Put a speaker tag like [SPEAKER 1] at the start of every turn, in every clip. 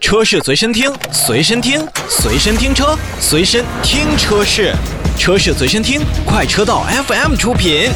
[SPEAKER 1] 车市随身听，随身听，随身听车，随身听车市，车市随身听，快车道 FM 出品。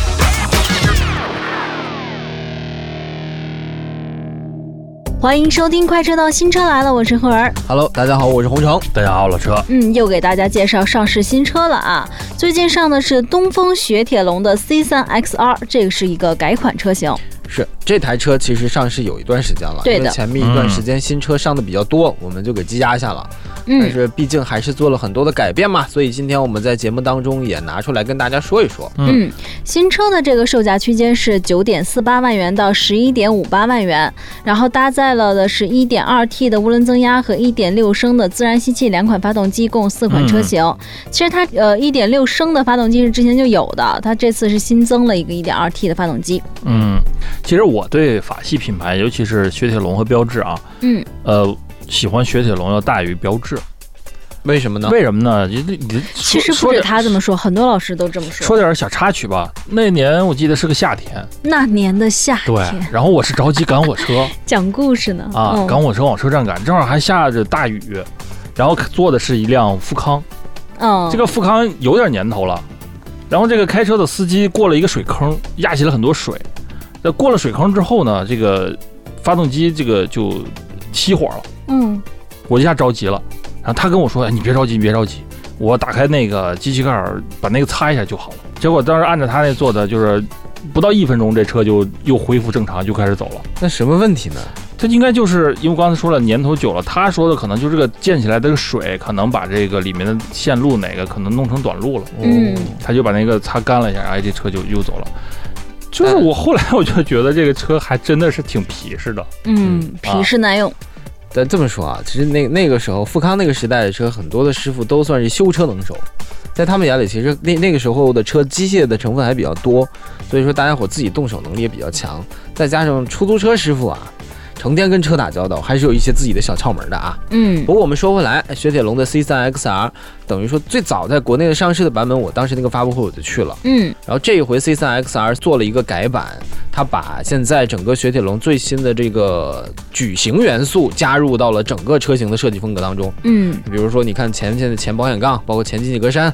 [SPEAKER 2] 欢迎收听《快车道新车来了》，我是赫儿。
[SPEAKER 3] Hello，大家好，我是洪城。
[SPEAKER 4] 大家好，老车。
[SPEAKER 2] 嗯，又给大家介绍上市新车了啊！最近上的是东风雪铁龙的 C3 XR，这个是一个改款车型。
[SPEAKER 3] 是这台车其实上市有一段时间了，
[SPEAKER 2] 对的
[SPEAKER 3] 因为前面一段时间新车上的比较多，我们就给积压下了。但
[SPEAKER 2] 嗯，
[SPEAKER 3] 是毕竟还是做了很多的改变嘛，所以今天我们在节目当中也拿出来跟大家说一说。
[SPEAKER 2] 嗯，新车的这个售价区间是九点四八万元到十一点五八万元，然后搭载了的是一点二 T 的涡轮增压和一点六升的自然吸气两款发动机，共四款车型。其实它呃一点六升的发动机是之前就有的，它这次是新增了一个一点二 T 的发动机。
[SPEAKER 4] 嗯，其实我对法系品牌，尤其是雪铁龙和标致啊，
[SPEAKER 2] 嗯，
[SPEAKER 4] 呃，喜欢雪铁龙要大于标致。
[SPEAKER 3] 为什么呢？
[SPEAKER 4] 为什么呢？你你你
[SPEAKER 2] 其
[SPEAKER 4] 说
[SPEAKER 2] 实不
[SPEAKER 4] 说
[SPEAKER 2] 止
[SPEAKER 4] 点
[SPEAKER 2] 他这么说，很多老师都这么说。
[SPEAKER 4] 说点小插曲吧。那年我记得是个夏天，
[SPEAKER 2] 那年的夏哎天，
[SPEAKER 4] 然后我是着急赶火 车
[SPEAKER 2] 讲故事呢
[SPEAKER 4] 啊，
[SPEAKER 2] 嗯
[SPEAKER 4] 赶火车往车站赶，正好还下着大雨，然后坐的是一辆富康，
[SPEAKER 2] 嗯，
[SPEAKER 4] 这个富康有点年头了。然后这个开车的司机过了一个水坑，压起了很多水。那过了水坑之后呢，这个发动机这个就熄火了，
[SPEAKER 2] 嗯
[SPEAKER 4] 我一下着急了。然后他跟我说：“哎，你别着急，你别着急，我打开那个机器盖儿，把那个擦一下就好了。”结果当时按照他那做的，就是不到一分钟，这车就又恢复正常，就开始走了。
[SPEAKER 3] 那什么问题呢？
[SPEAKER 4] 它应该就是因为我刚才说了年头久了，他说的可能就是这个溅起来的这个水，可能把这个里面的线路哪个可能弄成短路了。
[SPEAKER 2] 嗯
[SPEAKER 4] 他就把那个擦干了一下，哎，这车就又走了。就是我后来我就觉得这个车还真的是挺皮实的，
[SPEAKER 2] 嗯，皮实耐用，
[SPEAKER 3] 咱这么说啊，其实那那个时候富康那个时代的车，很多的师傅都算是修车能手，在他们眼里，其实那那个时候的车机械的成分还比较多，所以说大家伙自己动手能力也比较强，再加上出租车师傅啊，成天跟车打交道，还是有一些自己的小窍门的啊。
[SPEAKER 2] 嗯
[SPEAKER 3] 不过我们说回来，哎雪铁龙的 C3 XR 等于说最早在国内的上市的版本，我当时那个发布会我就去了。
[SPEAKER 2] 嗯
[SPEAKER 3] 然后这一回 C3 XR 做了一个改版，它把现在整个雪铁龙最新的这个矩形元素加入到了整个车型的设计风格当中。
[SPEAKER 2] 嗯
[SPEAKER 3] 比如说，你看前现的前保险杠，包括前进气格栅，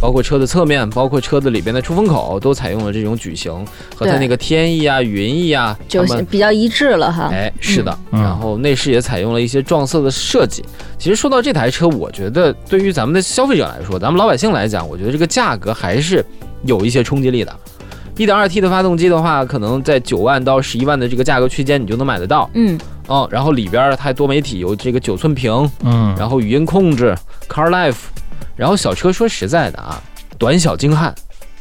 [SPEAKER 3] 包括车的侧面，包括车子里边的出风口，都采用了这种矩形，和它
[SPEAKER 2] 对
[SPEAKER 3] 那个天翼啊、云翼啊，
[SPEAKER 2] 就
[SPEAKER 3] 它们
[SPEAKER 2] 比较一致了哈。
[SPEAKER 3] 哎，是的，
[SPEAKER 4] 嗯
[SPEAKER 3] 然后内饰也采用了一些撞色的设计。其实说到这台车，我觉得对于咱们的消费者来说，咱们老百姓来讲，我觉得这个价格还是有一些冲击力的。1.2T 的发动机的话，可能在9万到11万的这个价格区间，你就能买得到
[SPEAKER 2] 嗯
[SPEAKER 3] 哦。然后里边儿它还多媒体，有这个九寸屏，
[SPEAKER 4] 嗯
[SPEAKER 3] 然后语音控制、Car Life，然后小车说实在的啊，短小精悍，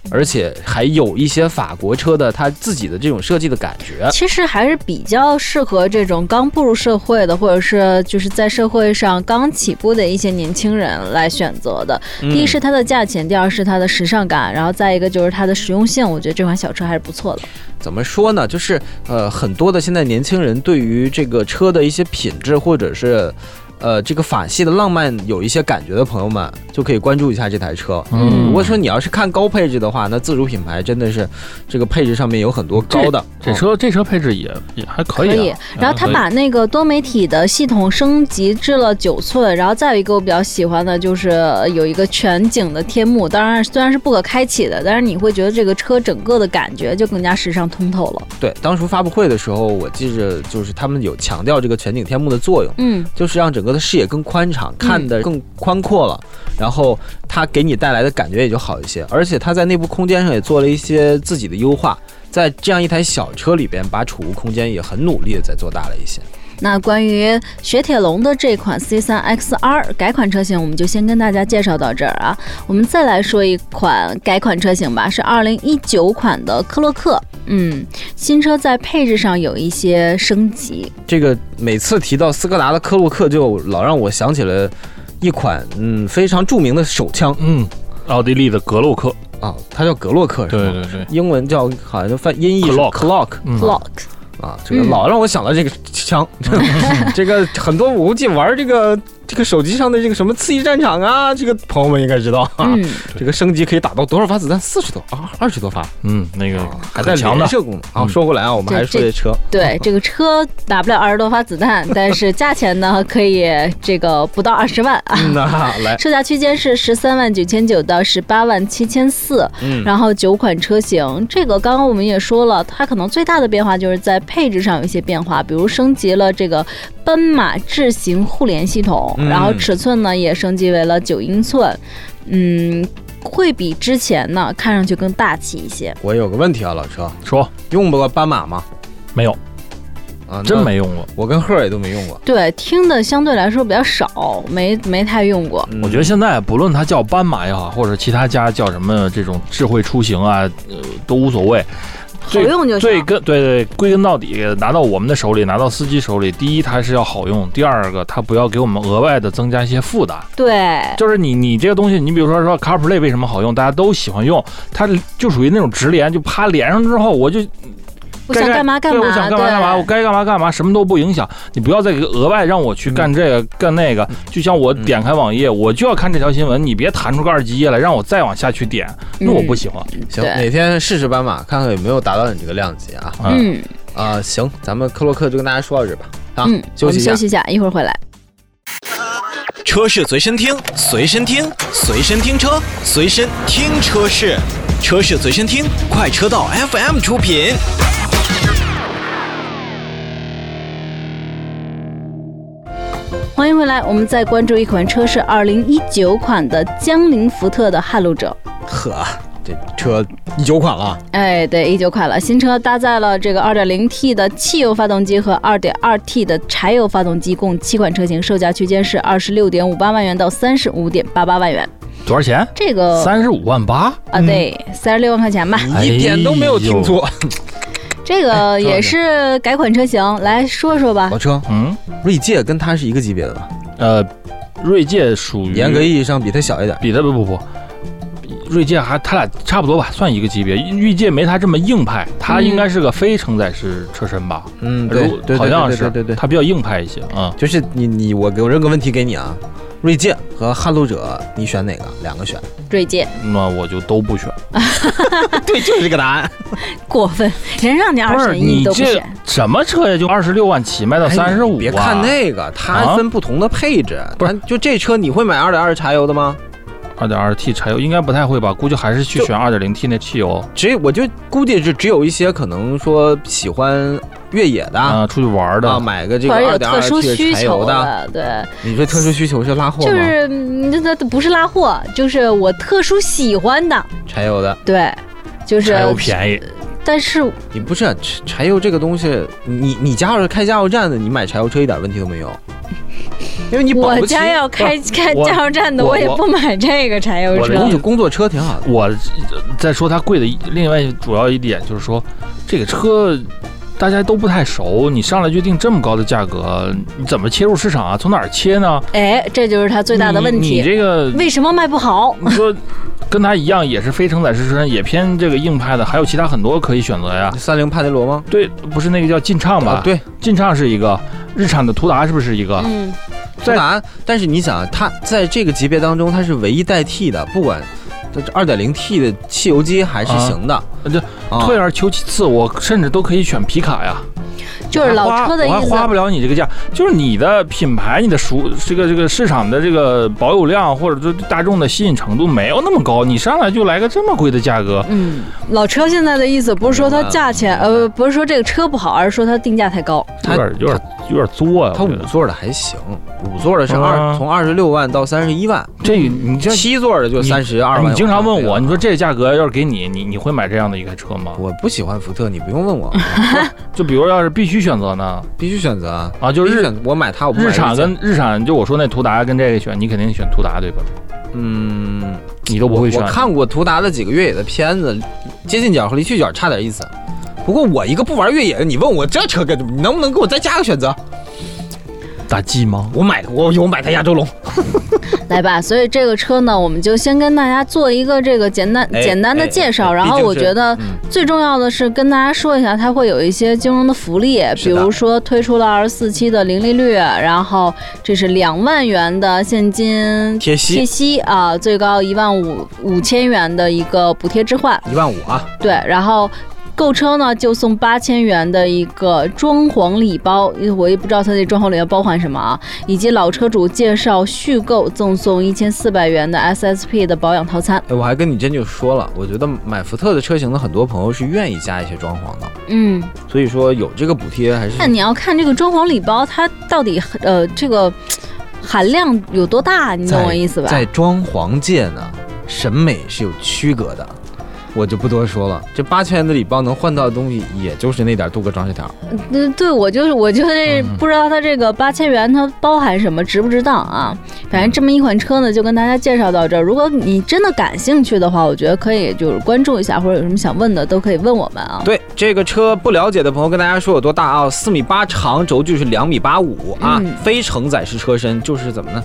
[SPEAKER 3] 而且还有一些法国车的它自己的这种设计的感觉。
[SPEAKER 2] 其实还是比较适合这种刚步入社会的，或者是就是在社会上刚起步的一些年轻人来选择的。第一
[SPEAKER 3] 嗯
[SPEAKER 2] 是它的价钱，第二是它的时尚感，然后再一个就是它的实用性。我觉得这款小车还是不错的。
[SPEAKER 3] 怎么说呢？就是呃，很多的现在年轻人对于这个车的一些品质，或者是呃这个法系的浪漫有一些感觉的朋友们，就可以关注一下这台车。
[SPEAKER 2] 嗯
[SPEAKER 3] 如果
[SPEAKER 4] 哦
[SPEAKER 3] 说你要是看高配置的话，那自主品牌真的是这个配置上面有很多高的。
[SPEAKER 4] 这车这车配置也也还可以啊，
[SPEAKER 2] 然后它把那个多媒体的系统升级至了九寸，然后再有一个我比较喜欢的就是有一个全景的天幕，当然虽然是不可开启的，但是你会觉得这个车整个的感觉就更加时尚通透了。
[SPEAKER 3] 嗯对，当初发布会的时候，我记着就是他们有强调这个全景天幕的作用。
[SPEAKER 2] 嗯
[SPEAKER 3] 就是让整个的视野更宽敞，看得更宽阔了，然后它给你带来的感觉也就好一些。而且它在内部空间上也做了一些自己的优化，在这样一台小车里边，把储物空间也很努力的在做大了一些。
[SPEAKER 2] 那关于雪铁龙的这款 C3 XR 改款车型，我们就先跟大家介绍到这儿啊。我们再来说一款改款车型吧，是2019款的科洛克。嗯，新车在配置上有一些升级。
[SPEAKER 3] 这个每次提到斯柯达的科洛克，就老让我想起了一款嗯非常著名的手枪
[SPEAKER 4] 嗯，奥地利的格洛克，
[SPEAKER 3] 啊，它叫格洛克是吗？
[SPEAKER 4] 对对，
[SPEAKER 3] 英文叫好像翻音译是
[SPEAKER 4] Glock
[SPEAKER 3] clock
[SPEAKER 4] 嗯
[SPEAKER 2] Block，
[SPEAKER 3] 啊，这个
[SPEAKER 2] 嗯
[SPEAKER 3] 老让我想到这个枪，这个很多我估计玩这个这个手机上的这个什么刺激战场啊，这个朋友们应该知道啊，
[SPEAKER 2] 嗯，
[SPEAKER 3] 这个升级可以打到多少发子弹？四十多啊，二十多发，啊
[SPEAKER 4] 嗯，那个
[SPEAKER 3] 还带
[SPEAKER 4] 很强
[SPEAKER 3] 连
[SPEAKER 4] 的，
[SPEAKER 3] 射功能啊。
[SPEAKER 4] 嗯
[SPEAKER 3] 说回来啊，我们还是说这车，
[SPEAKER 2] 对，这个车打不了二十多发子弹，但是价钱呢可以这个不到二十万啊。
[SPEAKER 3] 嗯呐， 来，
[SPEAKER 2] 售价区间是十三万九千九到十八万七千四，
[SPEAKER 3] 嗯
[SPEAKER 2] 然后九款车型。这个刚刚我们也说了，它可能最大的变化就是在配置上有一些变化，比如升级了这个奔马智行互联系统，
[SPEAKER 3] 嗯
[SPEAKER 2] 然后尺寸呢也升级为了九英寸，嗯，会比之前呢看上去更大气一些。
[SPEAKER 3] 我有个问题啊，老车，
[SPEAKER 4] 说
[SPEAKER 3] 用过斑马吗？
[SPEAKER 4] 没有，
[SPEAKER 3] 啊，
[SPEAKER 4] 真
[SPEAKER 3] 那，
[SPEAKER 4] 没用过。
[SPEAKER 3] 我跟赫儿也都没用过。
[SPEAKER 2] 对，听的相对来说比较少，没没太用过。
[SPEAKER 4] 我觉得现在不论它叫斑马也好，或者其他家叫什么这种智慧出行啊，呃，都无所谓。
[SPEAKER 2] 好用就
[SPEAKER 4] 最
[SPEAKER 2] 行。
[SPEAKER 4] 根对对，归根到底，拿到我们的手里，拿到司机手里，第一它是要好用，第二个它不要给我们额外的增加一些负担。
[SPEAKER 2] 对，
[SPEAKER 4] 就是你你这个东西，你比如说说 CarPlay 为什么好用，大家都喜欢用，它就属于那种直连，就啪连上之后，我就
[SPEAKER 2] 我想
[SPEAKER 4] 该
[SPEAKER 2] 干嘛干
[SPEAKER 4] 对
[SPEAKER 2] 嘛，
[SPEAKER 4] 我想干嘛
[SPEAKER 2] 对
[SPEAKER 4] 干嘛，我该干嘛干嘛，什么都不影响。你不要再给额外让我去干这个、干那个。就像我点开网页，我就要看这条新闻，你别弹出个二级页来，让我再往下去点，那
[SPEAKER 2] 嗯
[SPEAKER 4] 我不喜欢。
[SPEAKER 3] 行，
[SPEAKER 2] 对
[SPEAKER 3] 哪天试试斑马，看看有没有达到你这个量级啊。
[SPEAKER 4] 嗯
[SPEAKER 2] 嗯。
[SPEAKER 3] 啊、行，咱们克洛克就跟大家说到这吧。啊，
[SPEAKER 2] 嗯，
[SPEAKER 3] 休息一
[SPEAKER 2] 我
[SPEAKER 3] 下
[SPEAKER 2] 们休。息一下，一会儿回来。
[SPEAKER 1] 车是随身听，随身听，随身听车，随身听车是，车是随身听，快车道 FM 出品。
[SPEAKER 2] 欢迎回来，我们再关注一款车是二零一九款的江铃福特的撼路者。
[SPEAKER 3] 呵，这车一九款了，
[SPEAKER 2] 哎，对，一九款了，新车搭载了这个 2.0T 的汽油发动机和 2.2T 的柴油发动机，共七款车型，售价区间是26.58万元到35.88万元。
[SPEAKER 4] 多少钱？
[SPEAKER 2] 这个
[SPEAKER 4] 三嗯十五万八。
[SPEAKER 2] 呃啊，对，三十六万块钱吧。
[SPEAKER 4] 哎呦
[SPEAKER 3] 一点都没有听错。
[SPEAKER 2] 这个
[SPEAKER 3] 哎说
[SPEAKER 2] 也是改款车型，来说说吧
[SPEAKER 3] 老。车，
[SPEAKER 4] 嗯，
[SPEAKER 3] 锐界跟它是一个级别的吧？
[SPEAKER 4] 呃，锐界属于
[SPEAKER 3] 严格意义上比它小一点。
[SPEAKER 4] 比它不不不。锐界还它俩差不多吧，算一个级别。锐界没它这么硬派，它应该是个非承载式车身吧？
[SPEAKER 3] 嗯，对
[SPEAKER 4] 如，
[SPEAKER 3] 对
[SPEAKER 4] 好
[SPEAKER 3] 对
[SPEAKER 4] 像
[SPEAKER 3] 对
[SPEAKER 4] 是，
[SPEAKER 3] 对对对，
[SPEAKER 4] 它比较硬派一些啊。
[SPEAKER 3] 就是你你我给我扔个问题给你啊，锐界和撼路者，你选哪个？两个 选。
[SPEAKER 2] 锐界，
[SPEAKER 4] 那我就都不选。
[SPEAKER 3] 对，就是这个答案。过分。
[SPEAKER 2] 人让你二
[SPEAKER 4] 不是
[SPEAKER 2] 选一
[SPEAKER 4] 你
[SPEAKER 2] 都不
[SPEAKER 4] 这
[SPEAKER 2] 选，
[SPEAKER 4] 什么车呀？就二十六万起，卖到三十五。
[SPEAKER 3] 哎别看那个，它
[SPEAKER 4] 啊
[SPEAKER 3] 分不同的配置。
[SPEAKER 4] 不是
[SPEAKER 3] 它就这车，你会买二点二柴油的吗？
[SPEAKER 4] 二点二 T 柴油，应该不太会吧？估计还是去
[SPEAKER 3] 就
[SPEAKER 4] 选二点零 T 那汽油
[SPEAKER 3] 只我就估计是只有一些可能说喜欢越野的
[SPEAKER 4] 啊，出去玩
[SPEAKER 3] 啊，
[SPEAKER 4] 的。
[SPEAKER 3] 买个这个
[SPEAKER 2] 或者有
[SPEAKER 3] 二点
[SPEAKER 2] 特
[SPEAKER 3] 二
[SPEAKER 2] 殊
[SPEAKER 3] T
[SPEAKER 2] 需
[SPEAKER 3] 柴油
[SPEAKER 2] 求
[SPEAKER 3] 的。
[SPEAKER 2] 的，对。
[SPEAKER 3] 你这特殊需求是拉货吗？
[SPEAKER 2] 就是嗯那那不是拉货，就是我特殊喜欢的，
[SPEAKER 3] 柴油的，
[SPEAKER 2] 对，就是
[SPEAKER 4] 柴油便宜，
[SPEAKER 2] 但是
[SPEAKER 3] 你不是啊柴柴油这个东西，你你家要是开加油站的，你买柴油车一点问题都 没有，因为你保
[SPEAKER 2] 我
[SPEAKER 3] 不齐。
[SPEAKER 2] 家要开开
[SPEAKER 4] 我
[SPEAKER 2] 加油站的，
[SPEAKER 4] 我
[SPEAKER 2] 我也
[SPEAKER 4] 我
[SPEAKER 2] 不买这个柴油
[SPEAKER 4] 我
[SPEAKER 2] 车
[SPEAKER 4] 的
[SPEAKER 3] 工。作工作车挺好的，
[SPEAKER 4] 我在说它贵的一另外主要一点就是说，这个车大家都不太熟，你上来就定这么高的价格，你怎么切入市场啊？从哪儿切呢？
[SPEAKER 2] 哎，这就是它最大的问
[SPEAKER 4] 你你
[SPEAKER 2] 题，
[SPEAKER 4] 这个
[SPEAKER 2] 为什么卖不好？
[SPEAKER 4] 你说跟它一样也是非承载式车身，也偏这个硬派的，还有其他很多可以选择呀。
[SPEAKER 3] 三菱帕杰罗吗？
[SPEAKER 4] 对，不是那个叫劲畅吧？
[SPEAKER 3] 啊，，对，
[SPEAKER 4] 劲畅是一个，日产的途达是不是一个？
[SPEAKER 2] 嗯，
[SPEAKER 4] 在
[SPEAKER 3] 途达。但是你想，啊它在这个级别当中，它是唯一代替的，不管这二点零 T 的汽油机还是
[SPEAKER 4] 啊
[SPEAKER 3] 行的。
[SPEAKER 4] 就
[SPEAKER 3] 啊
[SPEAKER 4] 退而求其次，我甚至都可以选皮卡呀。
[SPEAKER 2] 就是老车的
[SPEAKER 4] 我还
[SPEAKER 2] 意
[SPEAKER 4] 花
[SPEAKER 2] 思
[SPEAKER 4] 我还。花不了你这个价，就是你的品牌、你的熟这个这个市场的这个保有量，或者说对大众的吸引程度没有那么高，你上来就来个这么贵的价格，
[SPEAKER 2] 嗯，老车现在的意思不是说
[SPEAKER 4] 嗯
[SPEAKER 2] 它价钱，呃，不是说这个车不好，而是说它定价太高。
[SPEAKER 4] 有点有点有点作呀、
[SPEAKER 3] 它
[SPEAKER 4] 我觉
[SPEAKER 3] 五
[SPEAKER 4] 得
[SPEAKER 3] 座的还行，五座的是
[SPEAKER 4] 啊
[SPEAKER 2] 哦
[SPEAKER 3] 二从二十六万到三十一万，
[SPEAKER 4] 这你这
[SPEAKER 3] 七座的就
[SPEAKER 4] 你哎
[SPEAKER 3] 三十二万。
[SPEAKER 4] 你经常问我，你
[SPEAKER 3] 说
[SPEAKER 4] 说这价格要是给你，你你会买这样的一个车吗？
[SPEAKER 3] 我不喜欢福特，你不用 问我，
[SPEAKER 4] 就比如要是必须选择呢？
[SPEAKER 3] 必须选择啊。
[SPEAKER 4] 啊，就
[SPEAKER 3] 必须
[SPEAKER 4] 日
[SPEAKER 3] 选我买它，我不买
[SPEAKER 4] 日产
[SPEAKER 3] 锐界
[SPEAKER 4] 跟日产，就我说那途达跟这个选，你肯定选途达对吧？
[SPEAKER 3] 嗯，
[SPEAKER 4] 你都不会选
[SPEAKER 3] 我。看过途达的几个越野的片子，接近角和离去角差点意思。不过我一个不玩越野的，你问我这车跟你能不能给我再加个选择？
[SPEAKER 4] 打 G 吗？
[SPEAKER 3] 我买，我有买它亚洲龙。
[SPEAKER 2] 来吧，所以这个车呢，我们就先跟大家做一个这个简单、
[SPEAKER 3] 哎
[SPEAKER 2] 简单的介绍，
[SPEAKER 3] 哎哎哎
[SPEAKER 2] 然后
[SPEAKER 3] 毕竟
[SPEAKER 2] 我
[SPEAKER 3] 是
[SPEAKER 2] 觉得
[SPEAKER 3] 嗯
[SPEAKER 2] 最重要的是跟大家说一下，它会有一些金融的福利，比
[SPEAKER 3] 是的
[SPEAKER 2] 如说推出了二十四期的零利率，然后这是两万元的现金
[SPEAKER 3] 贴息
[SPEAKER 2] 贴息啊、最高一万五五千元的一个补贴置换，
[SPEAKER 3] 一万五啊，
[SPEAKER 2] 对，然后。购车呢，就送八千元的一个装潢礼包，因为我也不知道它这装潢礼包包含什么啊，以及老车主介绍续购赠送一千四百元的 SSP 的保养套餐。
[SPEAKER 3] 哎，我还跟你真就说了，我觉得买福特的车型的很多朋友是愿意加一些装潢的，
[SPEAKER 2] 嗯，
[SPEAKER 3] 所以说有这个补贴还是
[SPEAKER 2] 那你要看这个装潢礼包它到底呃这个含量有多大，你懂我意思吧？
[SPEAKER 3] 在装潢界呢，审美是有区隔的，我就不多说了。这八千元的礼包能换到的东西，也就是那点镀铬装饰条。
[SPEAKER 2] 嗯，对，我就是我就是
[SPEAKER 3] 嗯
[SPEAKER 2] 不知道它这个八千元它包含什么，值不值当啊？反正这么一款车呢，就跟大家介绍到这儿。如果你真的感兴趣的话，我觉得可以就是关注一下，或者有什么想问的都可以问我们啊。
[SPEAKER 3] 对这个车不了解的朋友，跟大家说有多大啊？四米八长，轴距是两米八五啊，
[SPEAKER 2] 嗯
[SPEAKER 3] 非承载式车身，就是怎么呢？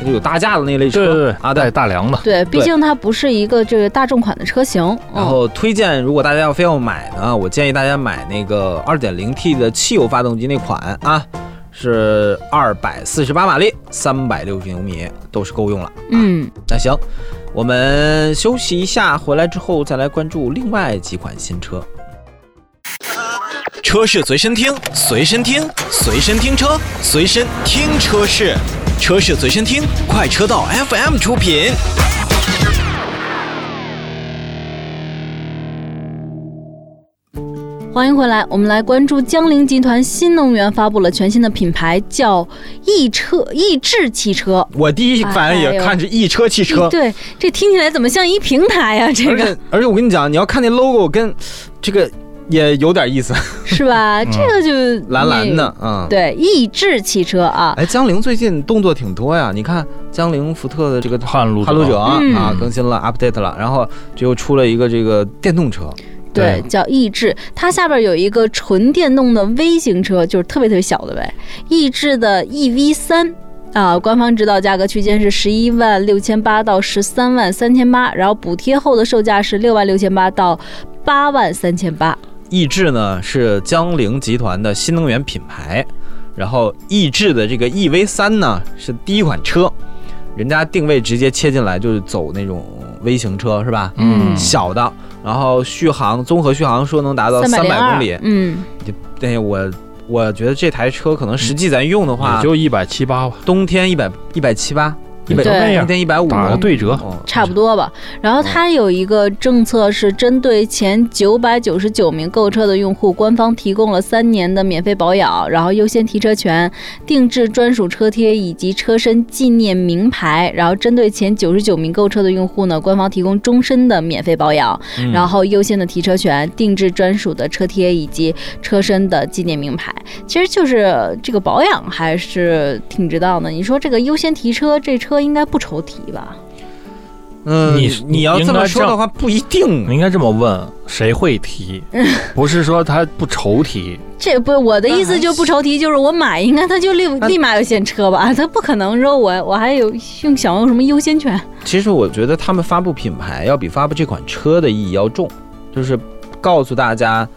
[SPEAKER 3] 那就有大架的那类车
[SPEAKER 4] 对对对，
[SPEAKER 3] 啊，
[SPEAKER 4] 带
[SPEAKER 3] 对。
[SPEAKER 4] 大梁的，
[SPEAKER 2] 对，毕
[SPEAKER 3] 对
[SPEAKER 2] 竟它不是一个这个大众款的车型。嗯
[SPEAKER 3] 然后推荐，如果大家要非要买呢，我建议大家买那个二点零 T 的汽油发动机那款啊，是二百四十八马力，三百六十牛米，都是够用了。
[SPEAKER 2] 嗯，
[SPEAKER 3] 那行，我们休息一下，回来之后再来关注另外几款新车。
[SPEAKER 1] 车是随身听，随身听，随身听车，随身听车是，车是随身听，快车道 FM 出品。
[SPEAKER 2] 嗯，欢迎回来，我们来关注江铃集团新能源发布了全新的品牌，叫易车易智汽车。
[SPEAKER 3] 我第一反应也看着一车汽车，
[SPEAKER 2] 对，这听起来怎么像一平台呀、这
[SPEAKER 3] 而
[SPEAKER 2] 个
[SPEAKER 3] 且 而哎且我跟你讲，你要看那 logo 跟这个也有点意思，
[SPEAKER 2] 是吧？这个就
[SPEAKER 3] 嗯蓝蓝
[SPEAKER 2] 那
[SPEAKER 3] 的，嗯。
[SPEAKER 2] 对，逸致汽车啊，
[SPEAKER 3] 哎，江铃最近动作挺多呀，你看江铃福特的这个
[SPEAKER 4] 探路
[SPEAKER 3] 探路者啊
[SPEAKER 2] 嗯
[SPEAKER 3] 啊更新了 update 了，然后这又出了一个这个电动车，
[SPEAKER 2] 对，叫逸致，它下边有一个纯电动的微型车，就是特别特别小的呗，逸致的 EV 三。啊，官方指导价格区间是十一万六千八到十三万三千八，然后补贴后的售价是六万六千八到八万三千八。
[SPEAKER 3] 逸致呢是江铃集团的新能源品牌，然后逸致的这个 EV 三呢是第一款车，人家定位直接切进来就是走那种微型车是吧？
[SPEAKER 4] 嗯，
[SPEAKER 3] 小的，然后续航综合续航说能达到三百公里，
[SPEAKER 2] 嗯，
[SPEAKER 3] 对我我觉得这台车可能实际咱用的话，
[SPEAKER 4] 也就一百七八吧，
[SPEAKER 3] 冬天一百一百七八，一百
[SPEAKER 4] 也就那
[SPEAKER 3] 冬
[SPEAKER 4] 样，
[SPEAKER 3] 天一百五，
[SPEAKER 4] 打个对折，
[SPEAKER 3] 哦
[SPEAKER 2] 差不多吧。然后它有一个政策是针对前九百九十九名购车的用户，官方提供了三年的免费保养，然后优先提车权、定制专属车贴以及车身纪念名牌。然后针对前九十九名购车的用户呢，官方提供终身的免费保养，然后优先的提车权、定制专属的车贴以及车身的纪念名牌。其实就是这个保养还是挺值当的。你说这个优先提车，这车应该不愁提吧？
[SPEAKER 3] 嗯，
[SPEAKER 4] 你
[SPEAKER 3] 你要这么说的话不一
[SPEAKER 4] 你
[SPEAKER 3] 定，
[SPEAKER 4] 应该这么问，谁会提？不是说他不愁提，
[SPEAKER 2] 这不，我的意思就不愁提，就是我买，应该他就立
[SPEAKER 3] 那
[SPEAKER 2] 立马有现车吧，他不可能说我我还有用享用什么优先权。
[SPEAKER 3] 其实我觉得他们发布品牌要比发布这款车的意义要重，就是告诉大家。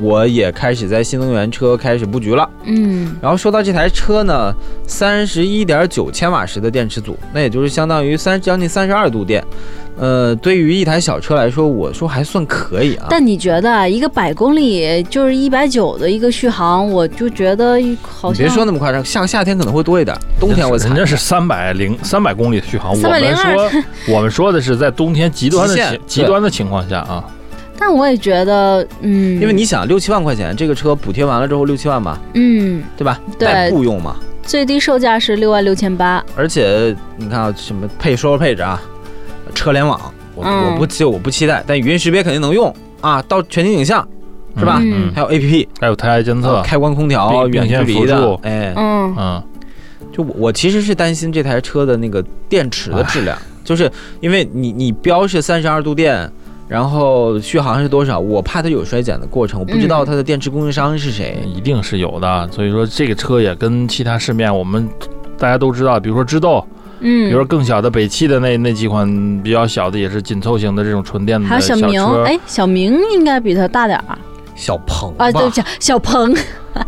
[SPEAKER 3] 我也开始在新能源车开始布局了。
[SPEAKER 2] 嗯，
[SPEAKER 3] 然后说到这台车呢，三十一点九千瓦时的电池组，那也就是相当于三将近三十二度电。呃，对于一台小车来说，我说还算可以啊。
[SPEAKER 2] 但你觉得啊一个百公里就是一百九的一个续航，我就觉得好
[SPEAKER 3] 你
[SPEAKER 2] 像
[SPEAKER 3] 别说那么夸张，下夏天可能会多一点，冬天我
[SPEAKER 4] 人
[SPEAKER 3] 踩
[SPEAKER 4] 家是三百零三百公里的续航，我们
[SPEAKER 2] 302
[SPEAKER 4] 说 我们说的是在冬天极端的
[SPEAKER 3] 极限
[SPEAKER 4] 情极
[SPEAKER 3] 对
[SPEAKER 4] 端的情况下啊，
[SPEAKER 2] 但我也觉得，嗯，
[SPEAKER 3] 因为你想六七万块钱，这个车补贴完了之后六七万吧，
[SPEAKER 2] 嗯，
[SPEAKER 3] 对吧？
[SPEAKER 2] 对
[SPEAKER 3] 代步用嘛，
[SPEAKER 2] 最低售价是六万六千八，
[SPEAKER 3] 而且你看啊，什么配说说配置啊，车联网，我、
[SPEAKER 2] 嗯
[SPEAKER 3] 我不期我不期待，但语音识别肯定能用啊，到全景影像是吧？
[SPEAKER 2] 嗯
[SPEAKER 3] 还有 A P P，啊
[SPEAKER 4] 还有胎压监测，
[SPEAKER 3] 开关空调，
[SPEAKER 4] 并
[SPEAKER 3] 远距离
[SPEAKER 4] 并线
[SPEAKER 3] 的
[SPEAKER 4] 辅助，
[SPEAKER 3] 哎，
[SPEAKER 2] 嗯，
[SPEAKER 4] 嗯，
[SPEAKER 3] 就我我其实是担心这台车的那个电池的质量，就是因为你你标是三十二度电，然后续航是多少，我怕它有衰减的过程，我不知
[SPEAKER 2] 嗯
[SPEAKER 3] 道它的电池供应商是谁。
[SPEAKER 4] 一定是有的。所以说这个车也跟其他市面我们大家都知道，比如说知豆，
[SPEAKER 2] 嗯，
[SPEAKER 4] 比如说更小的北汽的那那几款比较小的，也是紧凑型的这种纯电
[SPEAKER 2] 还有
[SPEAKER 4] 的小
[SPEAKER 2] 小
[SPEAKER 4] 车，
[SPEAKER 2] 明，
[SPEAKER 3] 哦
[SPEAKER 2] 哎，小明应该比他大点儿
[SPEAKER 3] 小鹏吧
[SPEAKER 2] 啊，对不起，小鹏，
[SPEAKER 3] 呃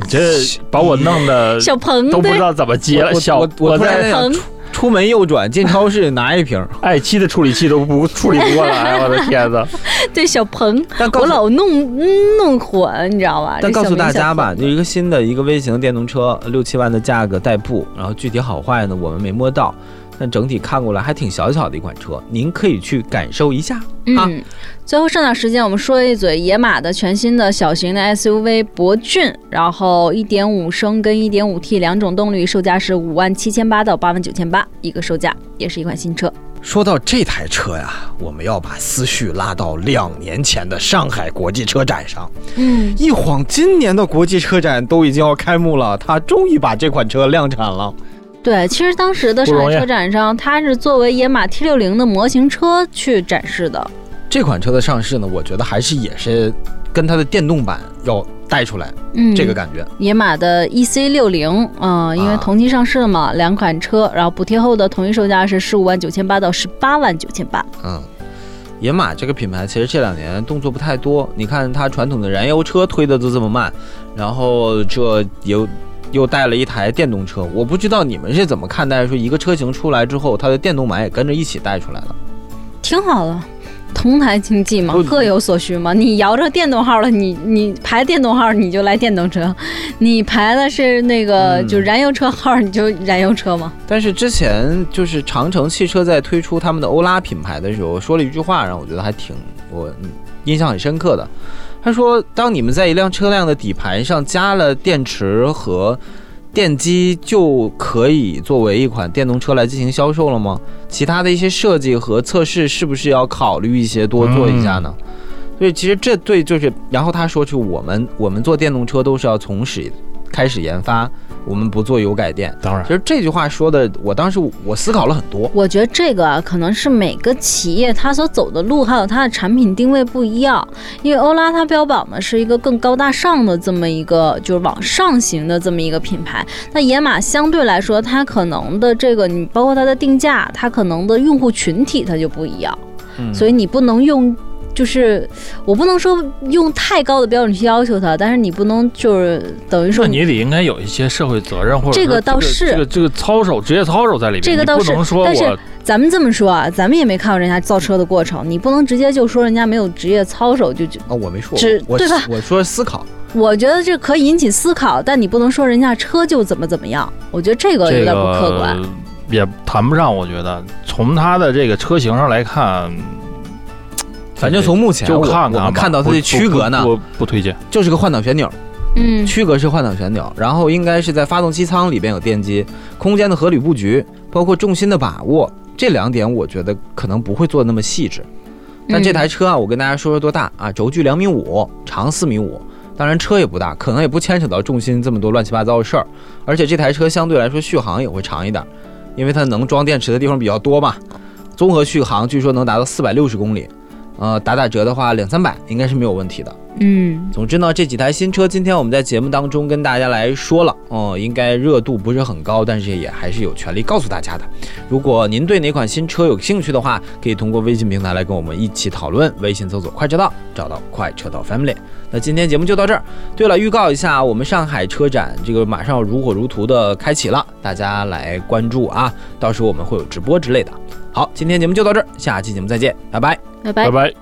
[SPEAKER 4] 你这把我弄的
[SPEAKER 2] 小鹏
[SPEAKER 4] 都不知
[SPEAKER 2] 嗯对，
[SPEAKER 4] 道怎么接了。
[SPEAKER 3] 我
[SPEAKER 4] 小
[SPEAKER 3] 我我
[SPEAKER 4] 我
[SPEAKER 3] 突然
[SPEAKER 4] 在
[SPEAKER 3] 想
[SPEAKER 2] 鹏
[SPEAKER 3] 出出门右转进超市拿一瓶，
[SPEAKER 4] 爱七的处理器 都不处理不过来，我的天呐！
[SPEAKER 2] 对小鹏，
[SPEAKER 3] 但告
[SPEAKER 2] 我
[SPEAKER 3] 诉
[SPEAKER 2] 老弄嗯弄混，你知道吧？
[SPEAKER 3] 但
[SPEAKER 2] 啊这
[SPEAKER 3] 告
[SPEAKER 2] 小
[SPEAKER 3] 诉
[SPEAKER 2] 明
[SPEAKER 3] 大
[SPEAKER 2] 小
[SPEAKER 3] 家
[SPEAKER 2] 鹏
[SPEAKER 3] 吧，就一个新的一个微型电动车，六七万的价格代步，然后具体好坏呢，我们没摸到。但整体看过来还挺小巧的一款车，您可以去感受一下。啊
[SPEAKER 2] 嗯，最后剩点时间，我们说一嘴野马的全新的小型的 SUV 博骏，然后一点五升跟一点五 T 两种动力，售价是五万七千八到八万九千八一个售价，也是一款新车。
[SPEAKER 5] 说到这台车呀，我们要把思绪拉到两年前的上海国际车展上。
[SPEAKER 2] 嗯，
[SPEAKER 5] 一晃，今年的国际车展都已经要开幕了，它终于把这款车量产了。
[SPEAKER 2] 对，其实当时的上
[SPEAKER 4] 不容
[SPEAKER 2] 海
[SPEAKER 4] 易
[SPEAKER 2] 车展上，它是作为野马 T 六零的模型车去展示的。
[SPEAKER 5] 这款车的上市呢，我觉得还是也是跟它的电动版要带出来
[SPEAKER 2] 嗯，
[SPEAKER 5] 这个感觉。
[SPEAKER 2] 野马的 EC 六零，嗯，因为
[SPEAKER 5] 啊
[SPEAKER 2] 同期上市了嘛，两款车，然后补贴后的统一售价是十五万九千八到十八万九千八。
[SPEAKER 3] 嗯，野马这个品牌其实这两年动作不太多，你看它传统的燃油车推的都这么慢，然后这又又带了一台电动车，我不知道你们是怎么看待说一个车型出来之后，它的电动版也跟着一起带出来了。
[SPEAKER 2] 挺好的，同台竞技嘛
[SPEAKER 3] 不，
[SPEAKER 2] 各有所需嘛。你摇着电动号了，你你排电动号你就来电动车，你排的是那个、
[SPEAKER 3] 嗯
[SPEAKER 2] 就燃油车号你就燃油车嘛。
[SPEAKER 3] 但是之前就是长城汽车在推出他们的欧拉品牌的时候，说了一句话，让我觉得还挺我嗯印象很深刻的。他说，当你们在一辆车辆的底盘上加了电池和电机，就可以作为一款电动车来进行销售了吗？其他的一些设计和测试是不是要考虑一些，多做一下呢？所以其实这对就是，然后他说去我们我们做电动车都是要从始开始研发，我们不做油改电。
[SPEAKER 4] 当然
[SPEAKER 3] 其，实这句话说的，我当时我思考了很多。
[SPEAKER 2] 我觉得这个啊，可能是每个企业它所走的路，还有它的产品定位不一样。因为欧拉它标榜的是一个更高大上的这么一个，就是往上行的这么一个品牌。那野马相对来说，它可能的这个，你包括它的定价，它可能的用户群体它就不一样，
[SPEAKER 3] 嗯
[SPEAKER 4] 嗯
[SPEAKER 2] 所以你不能用。就是我不能说用太高的标准去要求它，但是你不能就是等于说
[SPEAKER 4] 那你得应该有一些社会责任，或者
[SPEAKER 2] 这个
[SPEAKER 4] 说
[SPEAKER 2] 倒是
[SPEAKER 4] 这个这个操守职业操守在里面，
[SPEAKER 2] 这个倒
[SPEAKER 4] 你
[SPEAKER 2] 是
[SPEAKER 4] 不能说
[SPEAKER 2] 但是
[SPEAKER 4] 我
[SPEAKER 2] 咱们这么说啊，咱们也没看过人家造车的过程，你不能直接就说人家没有职业操守，就就
[SPEAKER 3] 啊，我没说
[SPEAKER 2] 只
[SPEAKER 3] 我
[SPEAKER 2] 对吧
[SPEAKER 3] 我说思考，
[SPEAKER 2] 我觉得这可以引起思考，但你不能说人家车就怎么怎么样，我觉得这个有
[SPEAKER 4] 这
[SPEAKER 2] 点不客
[SPEAKER 4] 个
[SPEAKER 2] 观。
[SPEAKER 4] 也谈不上，我觉得从它的这个车型上来看，
[SPEAKER 3] 反正从目前
[SPEAKER 4] 就
[SPEAKER 3] 我
[SPEAKER 4] 看
[SPEAKER 3] 我
[SPEAKER 4] 看
[SPEAKER 3] 们
[SPEAKER 4] 吧
[SPEAKER 3] 看到它
[SPEAKER 4] 不
[SPEAKER 3] 的区隔呢，
[SPEAKER 4] 不不不不推荐。
[SPEAKER 3] 就是个换挡旋钮，
[SPEAKER 2] 嗯，
[SPEAKER 3] 区隔是换挡旋钮，然后应该是在发动机舱里边有电机，空间的合理布局，包括重心的把握，这两点我觉得可能不会做得那么细致。但
[SPEAKER 2] 嗯
[SPEAKER 3] 这台车啊，我跟大家说说多大啊，轴距两米五，长四米五。当然车也不大，可能也不牵扯到重心这么多乱七八糟的事儿。而且这台车相对来说续航也会长一点儿，因为它能装电池的地方比较多嘛。综合续航据说能达到四百六十公里，呃，打打折的话两三百应该是没有问题的。
[SPEAKER 2] 嗯，
[SPEAKER 3] 总之呢，这几台新车今天我们在节目当中跟大家来说了，哦、应该热度不是很高，但是也还是有权利告诉大家的。如果您对哪款新车有兴趣的话，可以通过微信平台来跟我们一起讨论，微信搜索“快车道”，找到“快车道 Family”。那今天节目就到这儿。对了，预告一下，我们上海车展这个马上要如火如荼的开启了，大家来关注啊，到时候我们会有直播之类的。好，今天节目就到这儿，下期节目再见，拜拜。
[SPEAKER 2] 嗯拜拜
[SPEAKER 4] 拜。拜。